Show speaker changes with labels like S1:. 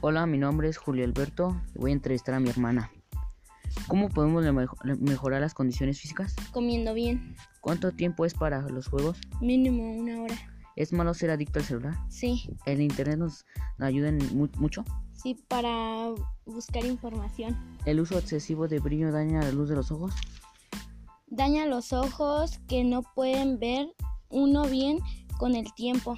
S1: Hola, mi nombre es Julio Alberto. Voy a entrevistar a mi hermana. ¿Cómo podemos le- mejo- le- mejorar las condiciones físicas?
S2: Comiendo bien,
S1: ¿Cuánto tiempo es para los juegos?
S2: mínimo una hora.
S1: ¿Es malo ser adicto al celular?
S2: Sí,
S1: ¿El internet nos ayuda en mu- mucho?
S2: sí, para buscar información.
S1: ¿El uso excesivo de brillo daña la luz de los ojos?
S2: Daña los ojos que no pueden ver uno bien con el tiempo.